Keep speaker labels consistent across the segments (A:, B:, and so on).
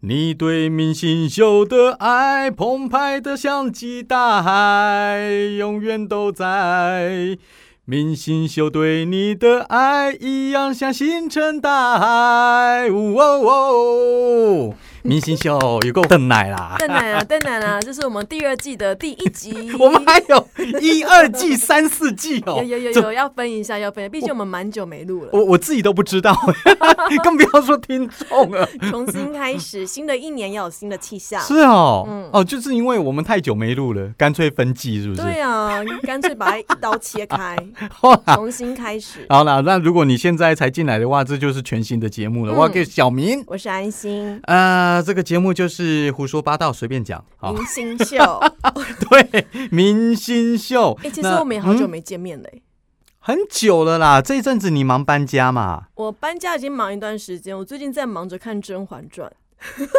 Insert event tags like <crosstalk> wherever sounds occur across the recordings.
A: 你对明星秀的爱，澎湃的像极大海，永远都在。明星秀对你的爱，一样像星辰大海。呜哦哦，明星秀有够邓奶
B: <laughs>
A: 啦！
B: 邓奶啊，邓奶啊，这是我们第二季的第一集
A: <laughs> 。我们还有一二季、三四季哦
B: 有，有有
A: 这
B: 有要分一下，要分一下，毕竟我们蛮久没录了。
A: 我我自己都不知道， <laughs> 更不要说听众了。
B: 重新开始，新的一年要有新的气象。
A: 是哦，
B: 嗯
A: 哦，就是因为我们太久没录了，干脆分季是不是？ <laughs>
B: 对啊，干脆把它一刀切开，
A: 好啦，
B: 重新开始。
A: 好啦，那如果你现在才进来的话，这就是全新的节目了。
B: 嗯
A: 我要给小明，
B: 我是安心，
A: 呃，这个节目就是胡说八道，随便讲。好，
B: 明星秀。
A: <laughs> 对，明星秀。
B: 哎，其实
A: 那
B: 我们也好久
A: 嗯
B: 没见面了欸。
A: 很久了啦，这一阵子你忙搬家嘛？
B: 我搬家已经忙一段时间，我最近在忙着看《甄嬛
A: <laughs>
B: 传》。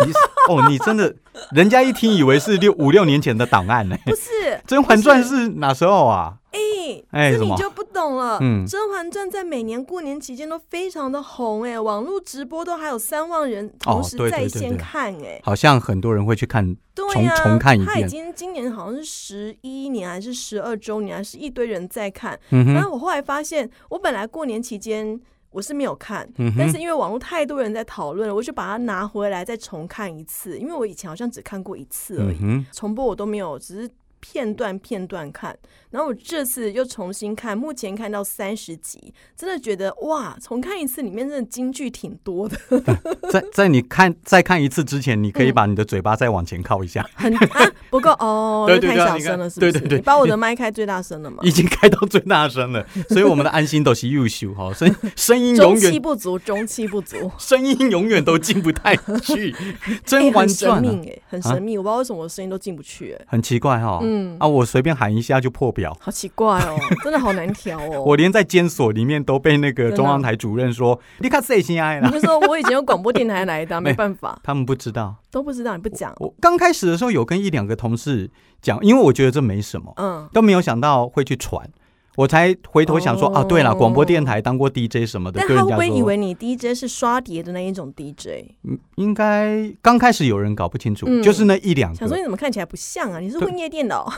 A: 你哦，你真的，人家一听以为是六五六年前的档案呢、
B: <laughs> 不是，
A: 甄嬛传》是哪时候啊？
B: 哎、
A: 哎
B: 这
A: 什么
B: 你就不懂了。
A: 嗯
B: 甄嬛传》在每年过年期间都非常的红、哎，网络直播都还有三万人同时
A: 哦对对
B: 在
A: 对
B: 线
A: 对
B: 看、哎、
A: 好像很多人会去看，
B: 对呀、
A: 重重看一遍
B: 他已经今年好像是十一年还是十二周年，还是一堆人在看。
A: 嗯
B: 然
A: 哼，
B: 后我后来发现，我本来过年期间。我是没有看，
A: 嗯
B: 但
A: 哼
B: 是因为网络太多人在讨论了，我就把它拿回来再重看一次。因为我以前好像只看过一次而已
A: 嗯，哼，
B: 重播我都没有，只是片段片段看。然后我这次又重新看，目前看到三十集，真的觉得哇，重看一次里面真的金句挺
A: <laughs>
B: 多的，
A: 在在你看再看一次之前，你可
B: 嗯
A: 以把你的嘴巴再往前靠一下，
B: 很啊不够哦，
A: <laughs> 对
B: 又
A: 对
B: 太
A: 对啊
B: 小
A: 你
B: 声
A: 看
B: 了，是不
A: 对
B: 是？
A: 对对
B: 你把我的麦开最大声了吗？
A: <laughs> 已经开到最大声
B: <laughs>
A: 了，所以我们的安心都是优秀哈，声声音
B: 中
A: 永
B: 气
A: 远
B: 不足，中气
A: <laughs>
B: 不足，
A: 声音永远都进不太
B: <laughs>
A: 去，《甄
B: 哎
A: 嬛
B: 很神
A: 传》啊
B: 秘哎，很神秘，我不知道为什么我的声音都进不去哎，
A: 很奇怪哈，
B: 嗯
A: 啊，我随便喊一下就破表。
B: 好奇怪哦， <laughs> 真的好难调哦。
A: 我连在监所里面都被那个
B: 真的
A: 中央台主任说：“你看谁心爱
B: 你
A: 啦
B: 就说我以前有广播电台来
A: <laughs>
B: 的啊，没
A: 没
B: 办法，？”
A: 他们不知道。
B: 都不知道你不讲，
A: 我刚开始的时候有跟一两个同事讲，因为我觉得这没什么，
B: 嗯，
A: 都没有想到会去传。我才回头想说、
B: 哦
A: 啊，对了，广播电台当过 DJ 什么的，
B: 但
A: 对
B: 他
A: 人
B: 会
A: 家
B: 不
A: 说
B: 会以为你 DJ 是刷碟的那一种 DJ？
A: 嗯应该刚开始有人搞不清楚，
B: 嗯
A: 就是那一两
B: 想说
A: 个。
B: <laughs> 你怎么看起来不像啊？你是
A: 对
B: 混夜店的、哦？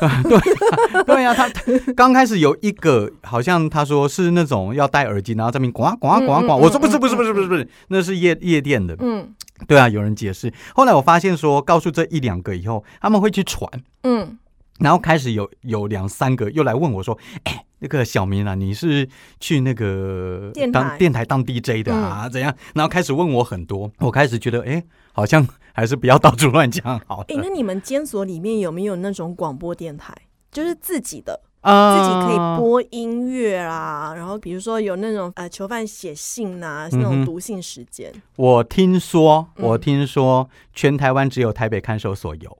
A: <laughs> 对呀、他他刚开始有一个，好像他说是那种要戴耳机，然后在那边呱呱呱
B: 嗯
A: 呱。
B: 嗯
A: 我说不
B: 嗯
A: 是不是
B: 嗯
A: 不是不是不是，那是夜夜店的。
B: 嗯
A: 对啊，有人解释。后来我发现说，告诉这一两个以后，他们会去传，
B: 嗯，
A: 然后开始有有两三个又来问我说：“哎，那个小明啊，你是去那个
B: 电台嗯
A: 当电台当 DJ 的啊？怎样？”然后开始问我很多，我开始觉得，哎，好像还是不要到处乱讲好了。
B: 哎、那你们监所里面有没有那种广播电台？就是自己的，自
A: 啊
B: 己可以播音乐啦，然后比如说有那种呃囚犯写信呐、是
A: 嗯
B: 那种
A: 哼
B: 读信时间、
A: 我听说，
B: 嗯
A: 我听说，全台湾只有台北看守所有。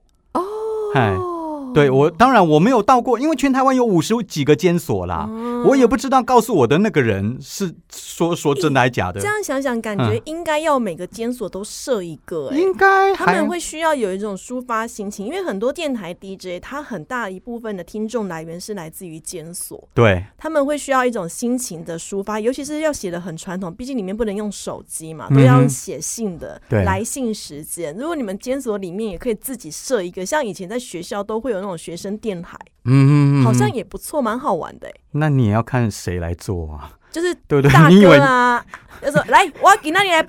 A: 嗨
B: 哦
A: 对我，当然我没有到过，因为全台湾有五十几个监所啦。
B: 哦
A: 我也不知道告诉我的那个人是说说真的还假的
B: 这，样想想，感觉
A: 嗯
B: 应该要每个监所都设一个、哎。
A: 应该
B: 他
A: 还
B: 们会需要有一种抒发心情，因为很多电台 DJ，他很大一部分的听众来源是来自于监所，
A: 对，
B: 他们会需要一种心情的抒发，尤其是要写的很传统，毕竟里面不能用手机嘛，
A: 嗯哼
B: 都要用写信的，
A: 对
B: 来信时间。如果你们监所里面也可以自己设一个，像以前在学校都会有那种学生电台，
A: 嗯，
B: 好像也不错，蛮好玩的、欸。
A: 那你也要看谁来做啊， <laughs>
B: 就是
A: 对不对？
B: 大
A: 你以
B: 哥
A: 为
B: 啊， <laughs> 就说来，我要给那里来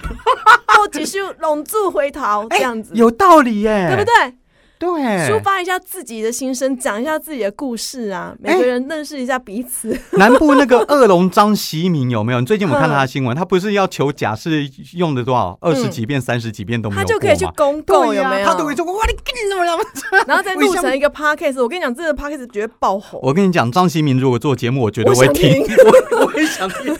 B: 做几首龙柱
A: <laughs>
B: 回头这样子，
A: 哎有哎道理耶，
B: 对不？对？
A: 对，
B: 抒发一下自己的心声，讲一下自己的故事啊，
A: 哎
B: 每个人认识一下彼此。
A: 南部那个恶龙张习明有没有？你最近有没有看
B: 嗯
A: 到他的新闻？他不是要求假释用的多少，二十几遍、三十几遍都没有
B: 他
A: 过
B: 就
A: 吗？
B: 可以去公购，
A: 对呀
B: 有没有？
A: 他都会说：“哇，你跟你怎么了？”
B: 然后再录成一个 podcast。我跟你讲，这个 podcast 绝对爆红。
A: 我跟你讲，张习明如果做节目，我绝对
B: 我
A: 会
B: 想
A: 听
B: 听，
A: 我 <laughs> 我也想听。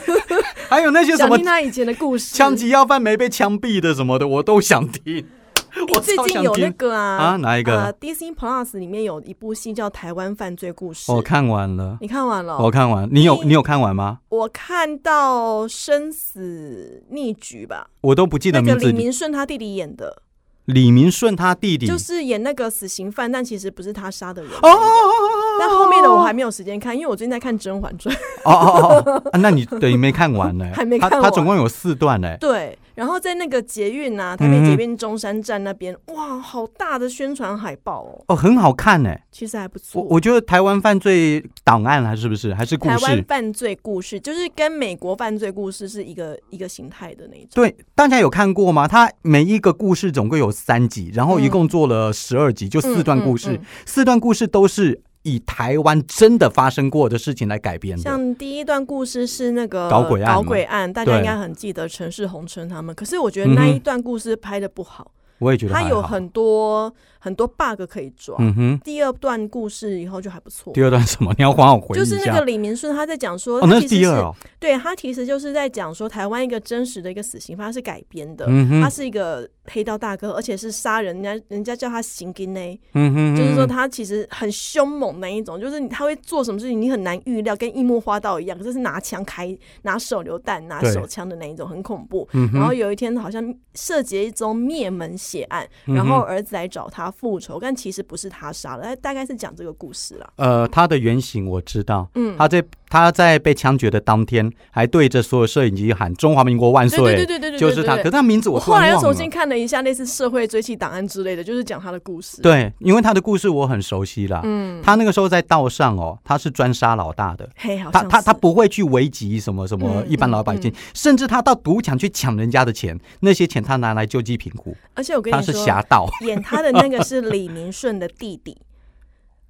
A: 还有那些什
B: 想
A: 么
B: 听他以前的故事。
A: 枪击要犯没被枪毙的什么的，我都想听。
B: 诶
A: 我
B: 哎最
A: 超
B: 近
A: 想
B: 有那
A: 听。
B: 个啊
A: 啊哪一个
B: 呃 Disney Plus 里面有一部戏叫《台湾犯罪故事》，
A: 我哦看完了，
B: 你看完了？
A: 我看完，你
B: 哎
A: 有你有看完吗？
B: 我看到生死逆局吧，
A: 我都不记得
B: 那个
A: 名字
B: 李。明顺他弟弟演的，
A: 李明顺他弟弟。
B: 就是演那个死刑犯，但其实不是他杀的人。
A: 哦哦哦
B: 但后面的我还没有时间看，因为我最近在看《甄
A: <laughs>
B: 嬛传》。
A: 哦哦哦哦，啊那你等于没看完呢
B: <laughs> ？还没看
A: 他
B: 完
A: 他总共有四段呢。
B: 对，然后在那个捷运啊，台
A: 嗯
B: 北捷运中山站那边，哇，好大的宣传海报哦，
A: 哦，很好看哎，
B: 其实还不错。
A: 我我觉得台湾犯罪档案啊还是不是还是故
B: 台湾
A: 事？
B: 犯罪故事就是跟美国犯罪故事是一个一个形态的那一种。
A: 对，大家有看过吗？它每一个故事总共有三集，然后一共做了十二集，就四段故事，
B: 嗯嗯
A: 四段故事都是以台湾真的发生过的事情来改编的。
B: 像第一段故事是那个
A: 搞鬼案吗
B: 搞鬼案，大家
A: 对
B: 应该很记得陈世宏称他们。可是我觉得那
A: 嗯哼
B: 一段故事拍的不好，
A: 我也觉得
B: 它
A: 还
B: 有
A: 好
B: 很多很多 bug 可以抓。
A: 嗯哼。
B: 第二段故事以后就还不错，
A: 第二段什么？你要帮我回忆
B: 就
A: 一
B: 是那
A: 下。
B: 个李明顺他在讲说，
A: 哦，
B: 他
A: 那
B: 其
A: 是
B: 实
A: 第
B: 是
A: 二哦。
B: 对他其实就是在讲说台湾一个真实的一个死刑犯是改编的，
A: 嗯
B: 他
A: 哼，
B: 是一个黑道大哥，而且是杀人，人家人家叫他刑警呢。
A: 嗯哼，
B: 就是说
A: 嗯哼
B: 他其实很凶猛那一种，就是你他会做什么事情你很难预料，跟樱木花道一样，就是拿枪开、拿手榴弹、拿
A: 对
B: 手枪的那一种，很恐怖。
A: 嗯哼
B: 然后有一天好像涉及一宗灭门血案，
A: 嗯哼
B: 然后儿子来找他复仇，但其实不是他杀了，大概是讲这个故事啦。
A: 呃，他的原型我知道，
B: 嗯，
A: 他在他在被枪决的当天，还对着所有摄影机喊“中华民国万岁”，
B: 对对对对对对，
A: 就是他。
B: 对
A: 可是他名字
B: 我
A: 突
B: 后来
A: 然
B: 又
A: 忘
B: 重
A: 了。
B: 新看了一下类似社会追妻档案之类的，就是讲他的故事。，
A: 对，因为他的故事我很熟悉啦。
B: 嗯，
A: 他那个时候在道上哦，他是专杀老大的。
B: 嘿，好
A: 他
B: 像
A: 他
B: 是
A: 他不会去危及什么什么
B: 嗯
A: 一般老百姓，甚至他到赌场去抢人家的钱，那些钱他拿来救济贫苦，
B: 而且我跟
A: 他
B: 你
A: 是
B: 说，
A: 侠盗。
B: 演他的那个是李明顺的弟弟，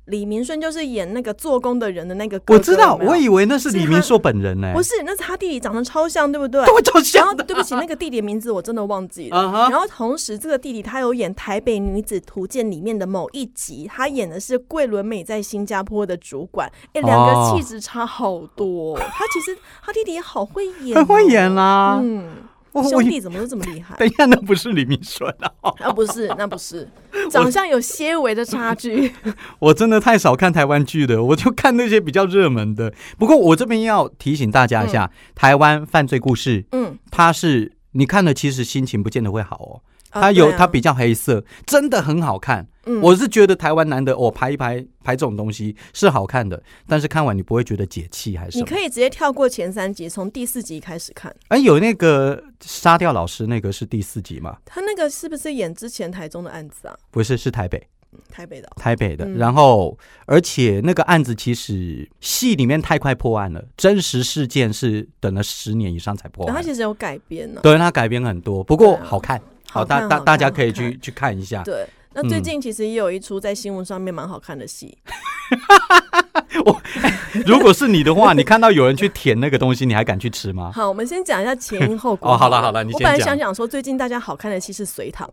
B: 李明顺就是演那个做工的人的那个哥哥。
A: <laughs> 我知道，
B: 有没有
A: 我以为那是
B: 是
A: 李
B: 他
A: 明硕本人呢、 <laughs>
B: 不是，那是他弟弟长得超像，对不对？
A: 都会照
B: 然后
A: 相的。
B: 对不起，那个弟弟的名字我真的忘记了。
A: 啊哈，
B: 然后同时，这个弟弟他有演《台北女子图鉴》里面的某一集，他演的是桂纶镁在新加坡的主管，哎，两个
A: 哦
B: 气质差好多。哦他其实他弟弟也好会演、哦
A: 很会演。啦、
B: 嗯，
A: 我我
B: 兄
A: 以
B: 弟怎么都这么厉害？
A: 等一下，那不是李明顺啊！ <laughs>
B: 啊，不是，那不是，长相有些微的差距。
A: 我真的太少看台湾剧的，我就看那些比较热门的。不过我这边要提醒大家一下，台湾犯罪故事，
B: 嗯，
A: 它是你看了其实心情不见得会好哦。
B: 啊
A: 它有、
B: 对啊
A: 它比较黑色，真的很好看。
B: 嗯
A: 我是觉得台湾难得哦，拍一拍拍这种东西是好看的，但是看完你不会觉得解气还是
B: 你
A: 什么？
B: 可以直接跳过前三集，从第四集开始看。
A: 哎，有那个杀掉老师那个是第四集吗？
B: 他那个是不是演之前台中的案子啊？
A: 不是，是台北。
B: 台北的哦、
A: 台北的，
B: 嗯
A: 然后而且那个案子其实戏里面太快破案了，真实事件是等了十年以上才破
B: 然后
A: 案
B: 他。其实有改编呢、
A: 对，它改编很多，不过
B: 对啊
A: 好看，
B: 好
A: 大
B: 看
A: 大
B: 好
A: 大家
B: 看
A: 可以
B: 好看
A: 去去看一下。
B: 对，那
A: 嗯
B: 最近其实也有一出在新闻上面蛮好看的戏，
A: 啊
B: <laughs>
A: 如果是你的话，你看到有人去舔那个东西，你还敢去吃
B: <laughs>
A: 吗？
B: 好，我们先讲一下前因
A: <laughs>
B: 后果。
A: 哦好了好了你
B: 我
A: 先
B: 本来
A: 讲哦
B: 想讲说最近大家好看的戏是《隋唐》，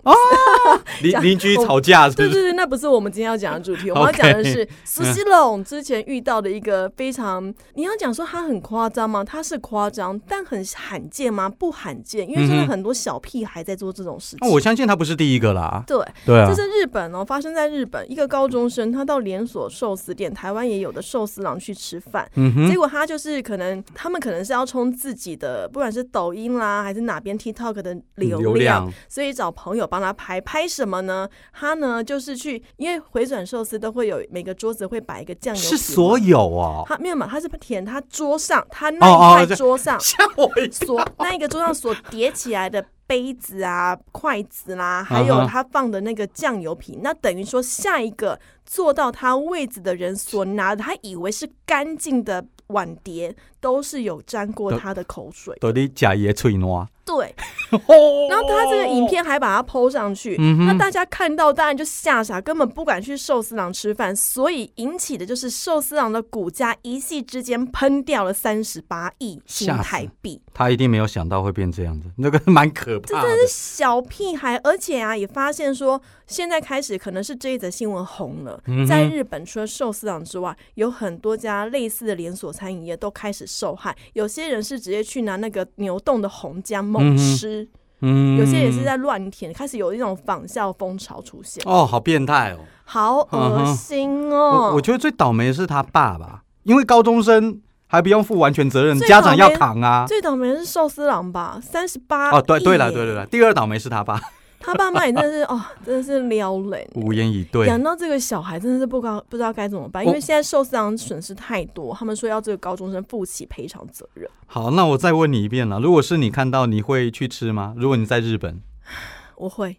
A: 邻
B: 讲
A: 邻居
B: 我
A: 吵架是不
B: 对
A: 是？
B: 对对，那不是我们今天要讲的主
A: <laughs>
B: 题，我们要讲的是苏西龙之前遇到的一个非常，你要讲说他很夸张吗？他是夸张，但很罕见吗？不罕见，因为真
A: 嗯
B: 的
A: 哼哦
B: 很多小屁孩在做这种事情。
A: 那我相信他不是第一个啦。
B: 对，
A: 对啊
B: 这，是日本哦，发生在日本，一个高中生他到连锁寿司店，台湾也有的寿司郎去吃饭，
A: 嗯哼，
B: 结果他就是可能他们可能是要冲自己的，不管是抖音啦还是哪边 TikTok 的流
A: 嗯流量
B: 所以找朋友帮他拍，拍什么呢？他呢就是去，因为回转寿司都会有每个桌子会摆一个酱油瓶嘛，
A: 是所有
B: <laughs>
A: 哦，
B: 他没有嘛，他是舔他桌上他
A: 哦
B: 那
A: 哦
B: 一块
A: 这
B: 桌上。
A: 吓我一跳。 <laughs>
B: 所那一个桌上所叠起来的杯子啊、筷子啦、还
A: 嗯
B: 有
A: 哼
B: 他放的那个酱油瓶，那等于说下一个坐到他位置的人所拿的，他以为是干净的碗碟，都是有沾过他的口水。
A: 到底假爷吹诺？
B: 对，
A: 哦
B: <laughs> 然后他这个影片还把它剖上去，
A: 嗯哼
B: 那大家看到当然就吓傻，根本不敢去寿司郎吃饭，所以引起的就是寿司郎的股价一夕之间喷掉了三十八亿新
A: 吓死
B: 台币。
A: 他一定没有想到会变这样子，那个蛮可怕的。
B: 小屁孩，而且啊，也发现说，现在开始可能是这一则新闻红了，
A: 嗯哼
B: 在日本除了寿司郎之外，有很多家类似的连锁餐饮业都开始受害。有些人是直接去拿那个牛冻的红姜猛吃，
A: 嗯
B: 有些也是在乱舔，开始有一种仿效风潮出现，
A: 哦，好变态哦！
B: 好恶心哦！
A: 嗯我我觉得最倒霉的是他爸爸，因为高中生还不用负完全责任，
B: 最
A: 家长要
B: 倒霉
A: 扛啊。哦
B: 最倒霉的是寿司郎吧，三十
A: <laughs>
B: 八 <laughs>
A: 哦，对对了，对对了，第二倒霉是他爸，
B: 他爸妈也真的是哦，真的是撩人。
A: 无言以对。
B: 养到这个小孩真的是不高不知道该怎么办，因为现在受伤损失太多，他们说要这个高中生负起赔偿责任。
A: 好，那我再问你一遍了，如果是你看到，你会去吃吗？如果你在日本，
B: 我会，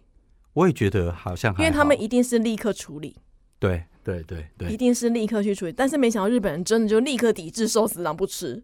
A: 我也觉得好像还
B: 因为他
A: 好
B: 们一定是立刻处理，
A: 对对对对
B: <laughs> 一，定是立刻去处理。但是没想到日本人真的就立刻抵制寿司郎不吃。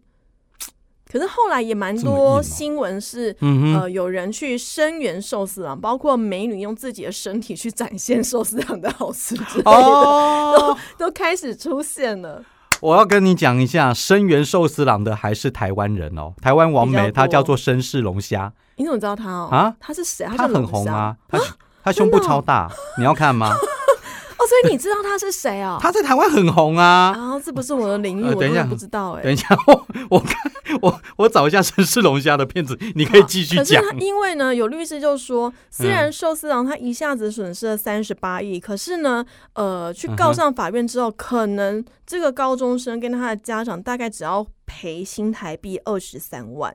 B: 可是后来也蛮
A: 这么硬哦
B: 多新闻是，
A: 嗯哼，
B: 呃，有人去声援寿司郎，包括美女用自己的身体去展现寿司郎的好吃之类的，
A: 哦，
B: <laughs> 都开始出现了。
A: 我要跟你讲一下，生源寿司郎的还是台湾人哦，台湾王
B: 比较
A: 梅
B: 多
A: 她叫做绅士龙虾，
B: 你怎么知道他哦？
A: 啊
B: 他是谁？
A: 她
B: 他叫
A: 很
B: 龙
A: 红
B: 虾
A: 啊，她她胸部超大，你要看
B: <laughs>
A: 吗？
B: 哦，所以你知道他是谁哦？
A: 她在台湾很红
B: <laughs>
A: 啊。
B: 啊，这不是我的领域，
A: 呃
B: 我
A: 等一
B: 真
A: 下
B: 的不知道哎、
A: 等一下， <laughs> 我我看我我找一下绅士龙虾的片子，你可以继续
B: 可是
A: 讲。嗯
B: 他因为呢，有律师就说，虽然寿司郎他一下子损失了三十八亿，可是呢，呃，
A: 嗯
B: 去告上法院之后，可能这个高中生跟他的家长大概只要赔新台币二十三万。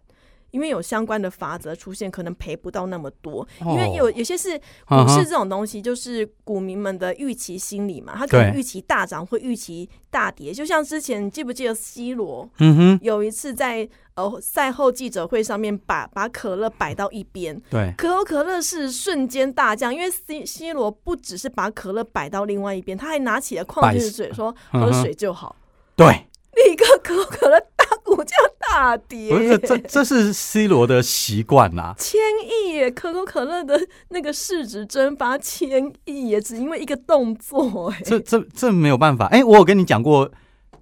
B: 因为有相关的法则出现，可能赔不到那么多。因为有有些是股
A: 哦嗯
B: 市
A: 哼
B: 这种东西，就是股民们的预期心理嘛，他可能
A: 对
B: 预期大涨会预期大跌。就像之前你记不记得 C 罗，
A: 嗯哼，
B: 有一次在呃赛后记者会上面把把可乐摆到一边， <laughs>
A: 对，
B: 可口可乐是瞬间大降，因为 C C 罗不只是把可乐摆到另外一边，他还拿起了矿泉水说
A: 嗯
B: 喝
A: 哼
B: 水就好，
A: 对，
B: 立刻可口可乐大股价大跌
A: 不。是这这是 C 罗的习惯啊啦。
B: 千亿耶！可口可乐的那个市值蒸发千亿耶，只因为一个动作哎。
A: 这这这没有办法。哎、我有跟你讲过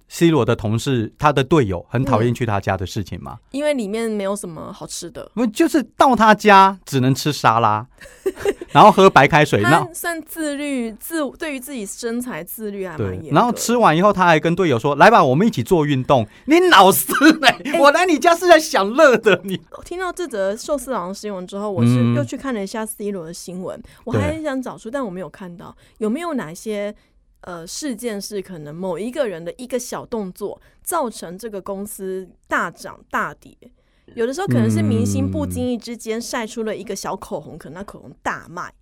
A: ，C 罗的同事他的队友很
B: 嗯
A: 讨厌去他家的事情吗？
B: 因为里面没有什么好吃的，
A: 不、就是到他家只能吃沙拉， <laughs> 然后喝白开水，那
B: 他算自律，自对于自己身材自律还蛮
A: 对
B: 严，格。
A: 然后吃完以后他还跟队友说：“来吧，我们一起做运动。”你老师嘞、
B: 哎
A: 我来你家是来享乐的，你
B: 听到这则寿司郎的新闻之后，我是
A: 嗯
B: 又去看了一下 C 罗的新闻，我
A: 对
B: 还很想找出，但我没有看到有没有哪些呃事件是可能某一个人的一个小动作造成这个公司大涨大跌。有的时候可能是明星不经意之间晒出了一个小口红，可能那口红大卖。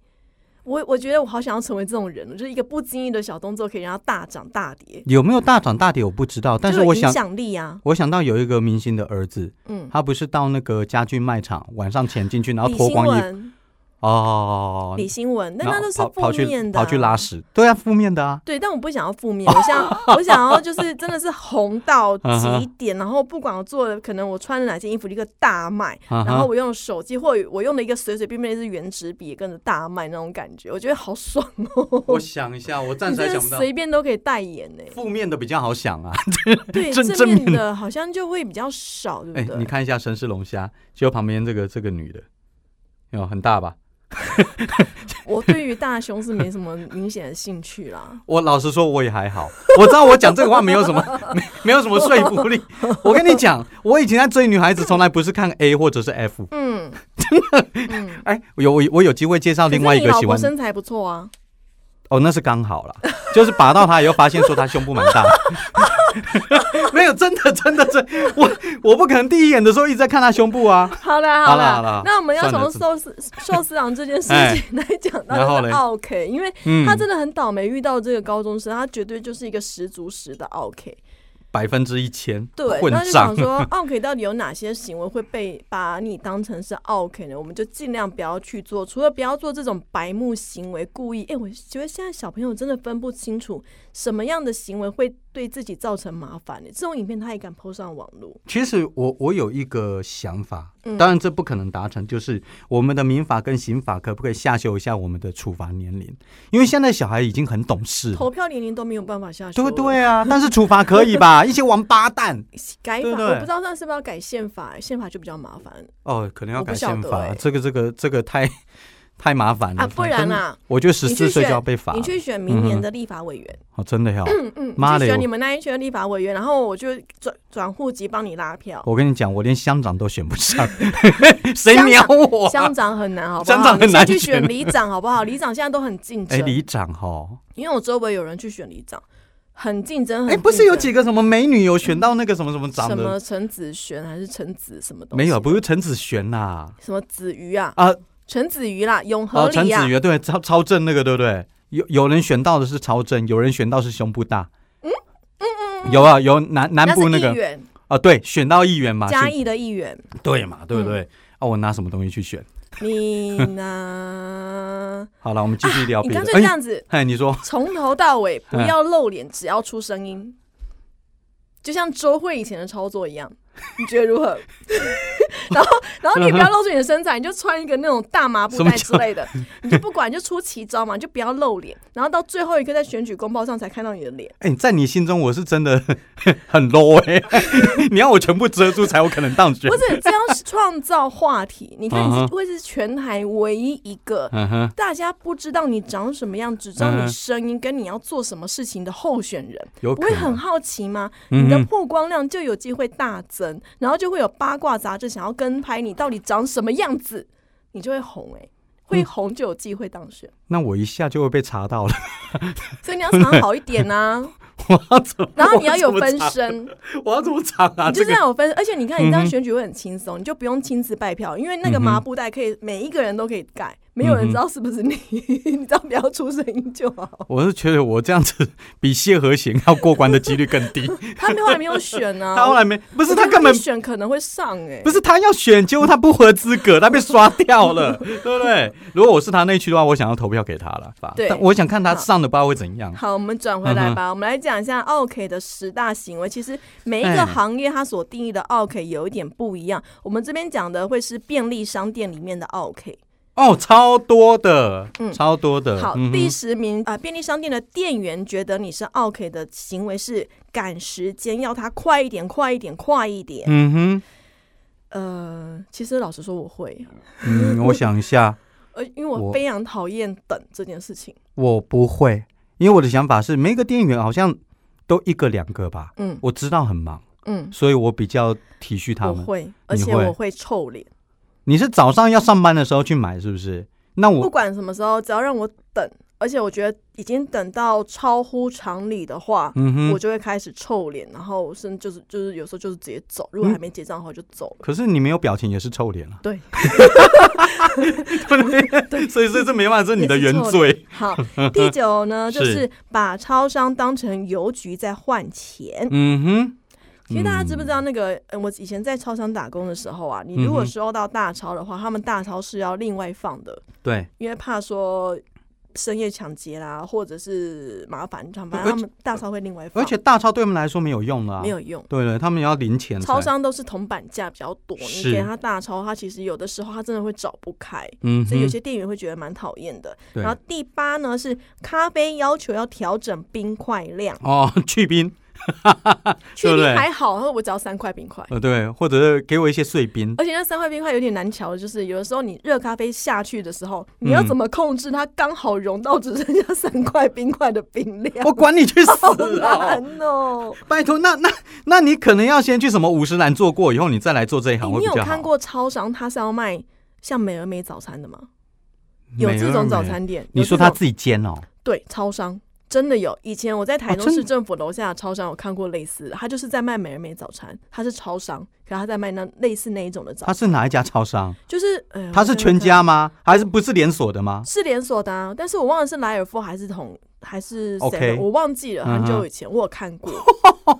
B: 我我觉得我好想要成为这种人哦，就是一个不经意的小动作可以让它大涨大跌，
A: 有没有大涨大跌我不知道，但是
B: 就有
A: 我
B: 影
A: 想。
B: 响力啊，
A: 我想到有一个明星的儿子，
B: 嗯，
A: 他不是到那个家具卖场晚上潜进去，然后
B: 李
A: 脱
B: 新
A: 光衣服
B: 文，
A: 哦，
B: 李新文，但
A: 然
B: 那
A: 后
B: 都是
A: 跑跑
B: 负
A: 去
B: 面的、啊
A: 跑去拉。屎，对啊，负面的啊，
B: 对，但我不想要负面，我想我想要就是真的是红
A: <laughs>
B: 到
A: 嗯
B: 极点，然后不管我做的，可能我穿的哪件衣服立刻大卖，
A: 嗯哼
B: 然后我用的手机或我用的一个随随便便一支圆珠笔也跟着大卖那种感觉，我觉得好爽哦！
A: 我想一下，我暂
B: 你
A: 时还
B: 真的
A: 想不到。
B: 随便都可以代言
A: <laughs>
B: 呢、
A: 负面的比较好想啊，
B: 对，
A: 正
B: 正
A: 正面
B: 面的好像就会比较少，对
A: 哎、
B: 不对？
A: 你看一下神是龙虾，结果旁边这个这个女的，有很大吧？
B: 我对于大胸是没什么明显的兴趣啦。
A: 我老实说，我也还好。我知道我讲这个话没有什么 <laughs> 没没有什么说服力。我跟你讲，我以前在追女孩子，从来不是看 A 或者是 F。
B: 嗯，嗯，
A: 哎、有我我有机会介绍
B: 可是
A: 另外一
B: 你
A: 个
B: 老
A: 喜
B: 婆
A: 欢
B: 身材不错啊，
A: 哦，那是刚好啦，就是拔到她以后发现说她胸部蛮大。没有，真的 <laughs> 真的真的，我我不可能第一眼的时候一直在看她胸部啊。
B: 好啦
A: 好啦
B: 啦
A: 好啦
B: 那我们要
A: 算了
B: 从寿
A: <laughs>
B: 司寿司郎这件事
A: 哎
B: 情来讲
A: 然后
B: 到这
A: 嘞
B: 个 OK，因为
A: 嗯，
B: 他真的很倒霉，遇到这个高中生，他绝对就是一个十足十的 OK。
A: 百分之一千
B: 对，
A: 混
B: 那就
A: 账
B: 想。说 <laughs> OK 到底有哪些行为会被把你当成是 OK 呢？我们就尽量不要去做，除了不要做这种白目行为，故意。哎、我觉得现在小朋友真的分不清楚什么样的行为会对自己造成麻烦、这种影片他也敢 PO 上网络，
A: 其实我我有一个想法，
B: 嗯
A: 当然这不可能达成，就是我们的民法跟刑法可不可以下修一下我们的处罚年龄？因为现在小孩已经很懂事了，
B: 投票年龄都没有办法下去。
A: 对不对啊？但是处罚可以吧？一些王八蛋
B: 改法，
A: 对不对
B: 我不知道那是不是要改宪法，宪法就比较麻烦
A: 哦，可能要
B: 我不
A: 改宪
B: 晓
A: 法，
B: 得欸
A: 这个这个这个太太麻烦了
B: 啊，不然
A: 呢？
B: 啊，
A: 我觉得嗯十四
B: 你去
A: 岁就
B: 选
A: 要被罚
B: 你，去选明年的立法委员，
A: 哦，真的呀、
B: 嗯嗯，
A: 妈
B: 你
A: 嘞
B: 去选
A: 我
B: 你们那一区的立法委员，然后我就转转户籍帮你拉票。
A: 我跟你讲，我连乡长都选不
B: <laughs>
A: 上，谁
B: 乡
A: 鸟
B: 长
A: 我、啊
B: 乡？长很难，好不好？
A: 乡长很难
B: 你先去
A: 选
B: 选里长，好不好？里长现在都很竞
A: 哎，
B: 争，
A: 里长哈，
B: 因为我周围有人去选里长，很竞争。
A: 哎，
B: 很
A: 不是
B: 竞
A: 有
B: 争
A: 几个什么美女有选到那个什么什么长
B: 嗯什
A: 的啊
B: 么陈子璇还是陈子什么东西？
A: 没有，不是陈子璇呐、
B: 什么子瑜啊，
A: 啊，
B: 陈子瑜啦，永和
A: 哦，陈
B: 里啊
A: 子，瑜对超超正那个对不对？有有人选到的是超正，有人选到是胸部大。
B: 嗯
A: 有啊，有南南
B: 那是
A: 部那
B: 议
A: 个
B: 员，
A: 啊，对，选到议员嘛，
B: 嘉
A: 选
B: 义嗯的议员，
A: 对嘛，对不对？啊，我拿什么东西去选？
B: 你
A: <laughs>
B: 呢？
A: 好了，我们继续聊
B: 啊你
A: 别的
B: 干。脆这
A: 哎，
B: 样子，
A: 哎，你说
B: 从头到尾
A: 嗯
B: 不要露脸，只要出声音，就像周慧以前的操作一样，你觉得如何？ <laughs> 然后，然后你不要露出你的身材，你就穿一个那种大麻布袋之类的，
A: <laughs>
B: 你就不管，你就出奇招嘛，你就不要露脸，然后到最后一个在选举公报上才看到你的脸。
A: 哎、在你心中我是真的 <laughs> 很 low 哎、 <laughs> 你要我全部遮住才有可能当选
B: 不。是，这样是创造话
A: <laughs>
B: 题。你看，你
A: 嗯哼
B: 是会是全台唯一一个
A: 嗯哼，
B: 大家不知道你长什么样，只知道
A: 嗯
B: 你声音跟你要做什么事情的候选人。
A: 有
B: 不
A: 可
B: 会很
A: 能。
B: 好奇吗？
A: 嗯
B: 你的
A: 哼
B: 曝光量就有机会大增，然后就会有八卦杂志想要跟拍你到底长什么样子，你就会红哎、会红就有机会当选，
A: 那我一下就会被查到了， <laughs>
B: 所以你要藏好一点呐、
A: 我要怎么？
B: 然后你要有
A: 我怎
B: 分
A: 么查，
B: 身，
A: 我要怎么查啊？
B: 你
A: 这
B: 就是
A: 个
B: 要有分，而且你 <laughs> 看你这
A: 嗯
B: 样
A: 哼
B: 选举会很轻松，你就不用亲自拜票，因为那个麻布袋可以每一个人都可以盖，没有人知道是不是你，你只要不要出声音就好。
A: 我是觉得我这样子比谢和弦要过关的几率更低。
B: <laughs> 他们后来没有选呢、
A: 他后来没，不
B: 不 <laughs>
A: 是他根本
B: 选可能会上哎、
A: 不是他要选，结果他不合资格，他被刷掉了，对不对？如果我是他那一区的话，我想要投票给他了，吧
B: 对
A: 但我想看他
B: 好
A: 上的不知道会怎样。
B: 好，我们转回
A: 嗯
B: 来吧。我们来讲一下 OK 的十大行为。其实每一个
A: 哎
B: 行业它所定义的 OK 有一点不一样。我们这边讲的会是便利商店里面的 OK。
A: 哦，超多的，
B: 嗯
A: 超多的。
B: 好，
A: 嗯哼
B: 第十名啊、呃便利商店的店员觉得你是 OK 的行为是赶时间，要他快一点，快一点，快一点。
A: 嗯哼。
B: 呃，其实老实说，我会，啊 <laughs>
A: 嗯，我想一下，
B: 呃，因为
A: 我
B: 我非常讨厌等这件事情。
A: 我不会，因为我的想法是，每个店员好像都一个两个吧。
B: 嗯
A: 我知道很忙，
B: 嗯，
A: 所以我比较体恤他
B: 我
A: 们。
B: 会，而
A: 你
B: 且
A: 会
B: 我会臭脸，
A: 你是早上要上班的时候去买，是不是？那
B: 不
A: 我
B: 管什么时候，只要让我等，而且我觉得已经等到超乎常理的话，
A: 嗯
B: 我
A: 哼，
B: 就会开始臭脸，然后甚至就是就是有时候就是直接走，如果还没结账
A: <laughs>
B: 的话就走了。
A: 可是你没有表情也是臭脸了、
B: 对，
A: <laughs> 啊，所以所以这没办法，这是你的
B: 也是
A: 原
B: 臭脸
A: 罪。
B: 好，第
A: <laughs>
B: 九呢，就是是把超商当成邮局在换钱。
A: 嗯哼，
B: 其实大家知不知道那个？呃我以前在超商打工的时候啊，你如
A: 嗯
B: 果
A: 哼
B: 收到大钞的话，他们大钞是要另外放的，
A: 对，
B: 因为怕说深夜抢劫啦，或者是麻烦，反正
A: 而且
B: 他们大钞会另外放，
A: 而且大钞对他们来说没有用了、啊。
B: 没。有用。
A: 对了，他们也要零钱才。
B: 超商都是铜板价比较多，你
A: 是
B: 给他大钞，他其实有的时候他真的会找不开，
A: 嗯哼，
B: 所以有些店员会觉得蛮讨厌的。
A: 对
B: 然后第八呢是咖啡要求要调整冰块量，
A: 哦，去冰，
B: 去
A: 对不
B: 冰
A: 对
B: 还好，我只要三块冰块。
A: 呃，对，或者是给我一些碎冰。
B: 而且那三块冰块有点难调，就是有的时候你热咖啡下去的时候，你
A: 嗯
B: 要怎么控制它刚好融到只剩下三块冰块的冰量？
A: 我管你去死
B: <laughs> 好
A: 哦！
B: 难哦！
A: 拜托，那那那你可能要先去什么五十岚做过，以后你再来做这一
B: 哎
A: 行会
B: 你
A: 比
B: 有
A: 较好。
B: 看过超商它是要卖像美而美早餐的吗？有这种早
A: 美而美？
B: 餐店？
A: 你
B: 有这
A: 说他
B: 种
A: 自己煎哦？
B: 对，超商真的有。以前我在台
A: 哦
B: 中
A: 真的
B: 市政府楼下的超商有看过类似的，他就是在卖美而美早餐，他是超商，可他在卖那类似那一种的早
A: 他，是哪一家超商？
B: 就是呃，
A: 他
B: 我
A: 是
B: 想想
A: 全
B: 看
A: 家吗？还是不是连锁的吗？
B: 是连锁的、啊，但是我忘了是莱尔富还是同还是谁
A: OK
B: 的我忘记了，很
A: 嗯
B: 久
A: 哼
B: 以前我有看
A: <laughs>
B: 过，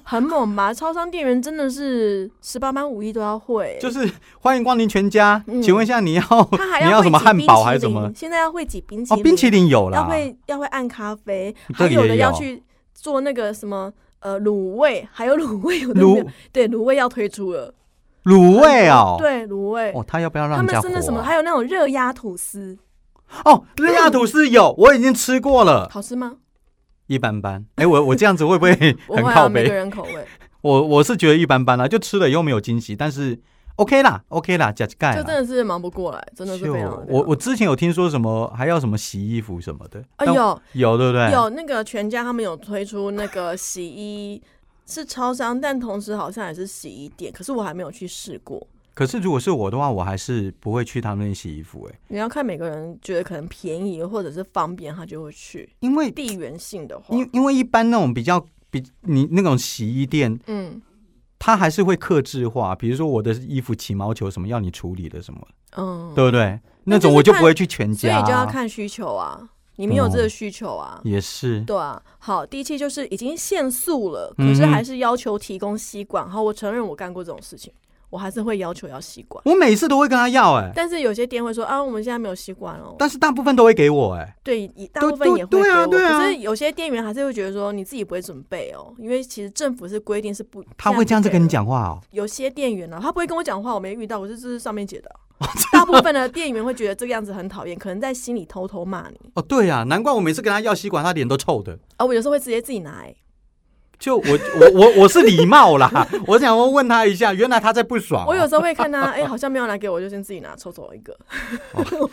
B: 很猛吧？超商店员真的是十八般武艺都要会、
A: 就是欢迎光临全家，
B: 嗯
A: 请问一下你要 <laughs>
B: 他还
A: 你
B: 要
A: 要
B: 会
A: 什么
B: 挤
A: 汉
B: 冰
A: 堡
B: 淇
A: 还是什
B: 淋
A: 么？
B: 现在要会挤冰淇
A: 哦，
B: 淋，
A: 冰淇淋有
B: 要
A: 啦，
B: 会要会按咖啡，
A: 这
B: 还
A: 个
B: 有
A: 也
B: 的要
A: 有
B: 去做那个什么呃卤味，还有卤味有的没有
A: 卤
B: 对卤味要推出了，
A: 卤味哦。
B: 对卤味，
A: 哦，他要不要让
B: 他
A: 人
B: 们
A: 家
B: 真的什么
A: 火啊？
B: 还有那种热压吐司，
A: 哦，热亚吐司有，我已经吃过了，
B: 好吃吗？
A: 一般般。哎，我我这样子会不
B: <laughs>
A: 会
B: 我
A: 很
B: 会
A: 靠
B: 啊，每
A: 背
B: 个？人口
A: <laughs>
B: 味，
A: 我我是觉得一般般啦，就吃了又没有惊喜，但是 OK 啦，OK 啦，加盖
B: 就
A: 啦
B: 真。的是忙不过来，真的是
A: 就
B: 非常的
A: 哎我我之前有听说什么还要什么洗衣服什么的，
B: 哎
A: 但哎
B: 有
A: 有对不对？
B: 有那个全家他们有推出那个洗衣。是超商，但同时好像也是洗衣店，可是我还没有去试过。
A: 可是如果是我的话，我还是不会去他们那里洗衣服哎、
B: 你要看每个人觉得可能便宜或者是方便，他就会去。
A: 因为
B: 地缘性的话，
A: 因因为一般那种比较比你那种洗衣店，
B: 嗯，
A: 他还是会克制化，比如说我的衣服起毛球什么要你处理的什么，
B: 嗯，
A: 对不啊对？
B: 那
A: 那
B: 就是
A: 种我就
B: 看
A: 不会去全
B: 所以
A: 家、啊，
B: 就要看需求啊，你们有这个需求啊。
A: 也是，
B: 对啊，好，第一期就是已经限速了，
A: 嗯
B: 可
A: 哼
B: 是还是要求提供吸管。好，我承认我干过这种事情，我还是会要求要吸管。
A: 我每次都会跟他要哎、
B: 但是有些店会说啊，我们现在没有吸管哦。
A: 但是大部分都会给我哎、
B: 对，一大
A: 都
B: 部分也会
A: 都
B: 给
A: 对啊
B: 我。
A: 对啊
B: 可是有些店员还是会觉得说你自己不会准备哦，因为其实政府是规定是不。
A: 他会这样子
B: 不给
A: 跟你
B: 的。
A: 讲话哦。
B: 有些店员呢、啊他不会跟我讲话，我没遇到，我是这是上
A: <laughs>
B: 面写的
A: 哦
B: 啊。大部分的店员会觉得这个样子很讨厌，可能在心里偷偷骂你。
A: 哦，对呀、啊，难怪我每次跟他要吸管，他脸都臭的。
B: 啊，我有时候会直接自己拿、欸。
A: 就我我我我是礼貌啦，我想要问他一下，原来他在不爽、哦
B: 我有时候会看他，
A: <laughs>
B: 哎、好像没有拿给我，我就先自己拿，抽走一个。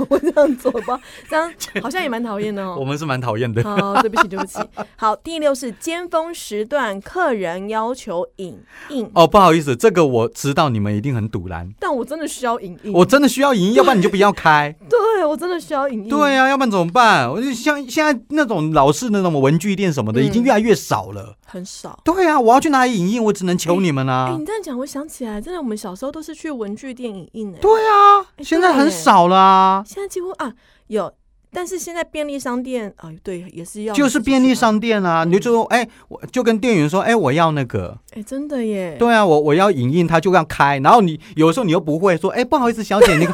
B: 我这样做吧，这样好像也蛮讨厌的
A: <laughs> 我
B: 哦。
A: 们是蛮讨厌的。
B: 好，对不起，对不起。好，第六是尖峰时段，客人要求影印，
A: <laughs> 哦，不好意思，这个我知道你们一定很堵然，
B: 但我真的需要影印，
A: 我真的需要赢，要不然你就不要开。
B: 嗯对嗯我真的需要影印。
A: 对呀、啊要不然怎么办？我就像现在那种老式那种文具店什么的，
B: 嗯
A: 已经越来越少了。
B: 很少。
A: 对呀、我要去哪里影印，我只能求你们啊啦、
B: 哎、你这样讲，我想起来，真的，我们小时候都是去文具店影印哎、
A: 对呀、
B: 哎
A: 现在很少了啊，
B: 现在几乎啊有，但是现在便利商店啊，对，也是要
A: 就是便利，商店啊，你就
B: 嗯
A: 说，哎、我就跟店员说，哎、我要那个，
B: 哎、真的耶，
A: 对啊，我我要影印，他就要开，然后你有时候你又不会说，哎、不好意思，小姐，
B: <laughs>
A: 那个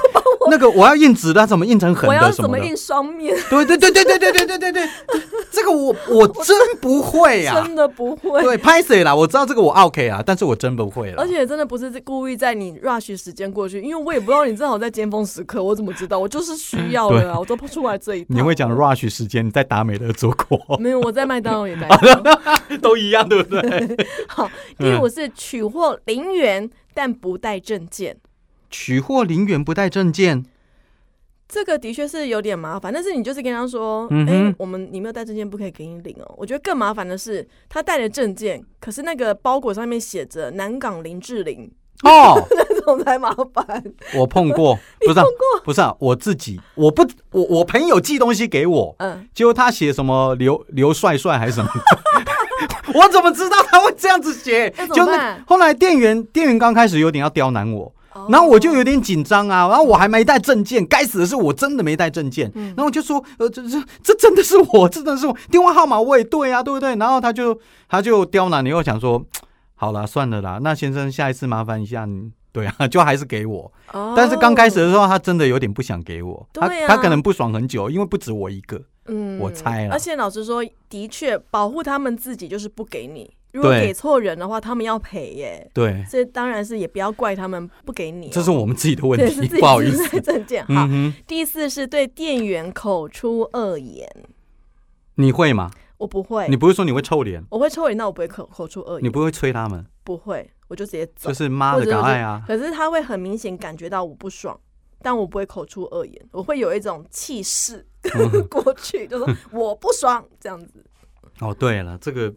A: 那个我要印纸的，它怎么印成横
B: 我要
A: 的什
B: 怎
A: 么
B: 么
A: 的，
B: 印双面？
A: 对对对对对对对对对
B: <laughs>
A: 对，这个我我真不会呀、
B: 真的不会。
A: 对，拍谁啦？我知道这个我 OK 啊，但是我真不会了
B: 而。且真的不是故意在你 rush 时间过去，因为我也不知道你正好在尖峰时刻，我怎么知道？我就是需要
A: <laughs>
B: 了啊，我都不出来这一套。
A: 你会讲 rush 时间，你在达美乐做
B: <laughs>
A: 过，
B: 没有，我在麦当
A: <laughs>
B: 劳也待过。
A: 都一样，对不
B: <laughs>
A: 对？
B: 好，第五是取货零元但不带证件，
A: 取货零元不带证
B: <laughs>
A: 件，
B: 这个的确是有点麻烦。但是你就是跟他说，哎、
A: 嗯哼
B: 我们你没有带证件不可以给你领哦。我觉得更麻烦的是，他带了证件，可是那个包裹上面写着南港林志玲， <laughs>
A: 哦，
B: 这种才麻烦。
A: 我碰过，不是、啊、不是、啊、我自己，我不我我朋友寄东西给我，
B: 嗯，
A: 结果他写什么刘刘帅帅还是什么。 <laughs> 我怎么知道他会这样子写？
B: 那怎
A: 就
B: 么
A: 那
B: 办哦
A: 后来店员店员刚开始有点要刁难我，哦然后我就有点紧张啊，然后我还没带证件，该死的是我真的没带证件，
B: 嗯
A: 然后我就说，呃，这这这真的是我，这真的是我，电话号码我也对啊，对不对？然后他就他就刁难你，又想说，好啦，算了啦，那先生下一次麻烦一下你，对啊， <laughs> 就还是给我。
B: 哦
A: 但是刚开始的时候，他真的有点不想给我，他
B: 对啊
A: 他可能不爽很久，因为不止我一个，
B: 嗯
A: 我猜啦
B: 而且老实说，的确保护他们自己就是不给你，如果
A: 对
B: 给错人的话，他们要赔耶。
A: 对，
B: 所以当然是也不要怪他们不给你哦、
A: 这是我们自己的问
B: 对是
A: 题 <laughs>
B: 自，己
A: 不好意思。
B: 自己证件 <laughs> 好。
A: 嗯哼，
B: 第四是对店员口出恶言，
A: 你会吗？
B: 我不会
A: 你，不是说你会臭脸，
B: 我会抽人，那我不会口口出恶
A: 你
B: 言，
A: 不会催他们，
B: 不会，我就直接走
A: 就。是妈
B: 或
A: 的
B: 者
A: 赶
B: 是
A: 快啊！
B: 可是他会很明显感觉到我不爽，但我不会口出恶言，我会有一种气势
A: 嗯
B: <laughs> 过去，就说我不爽这样子。
A: 哦，对了，这个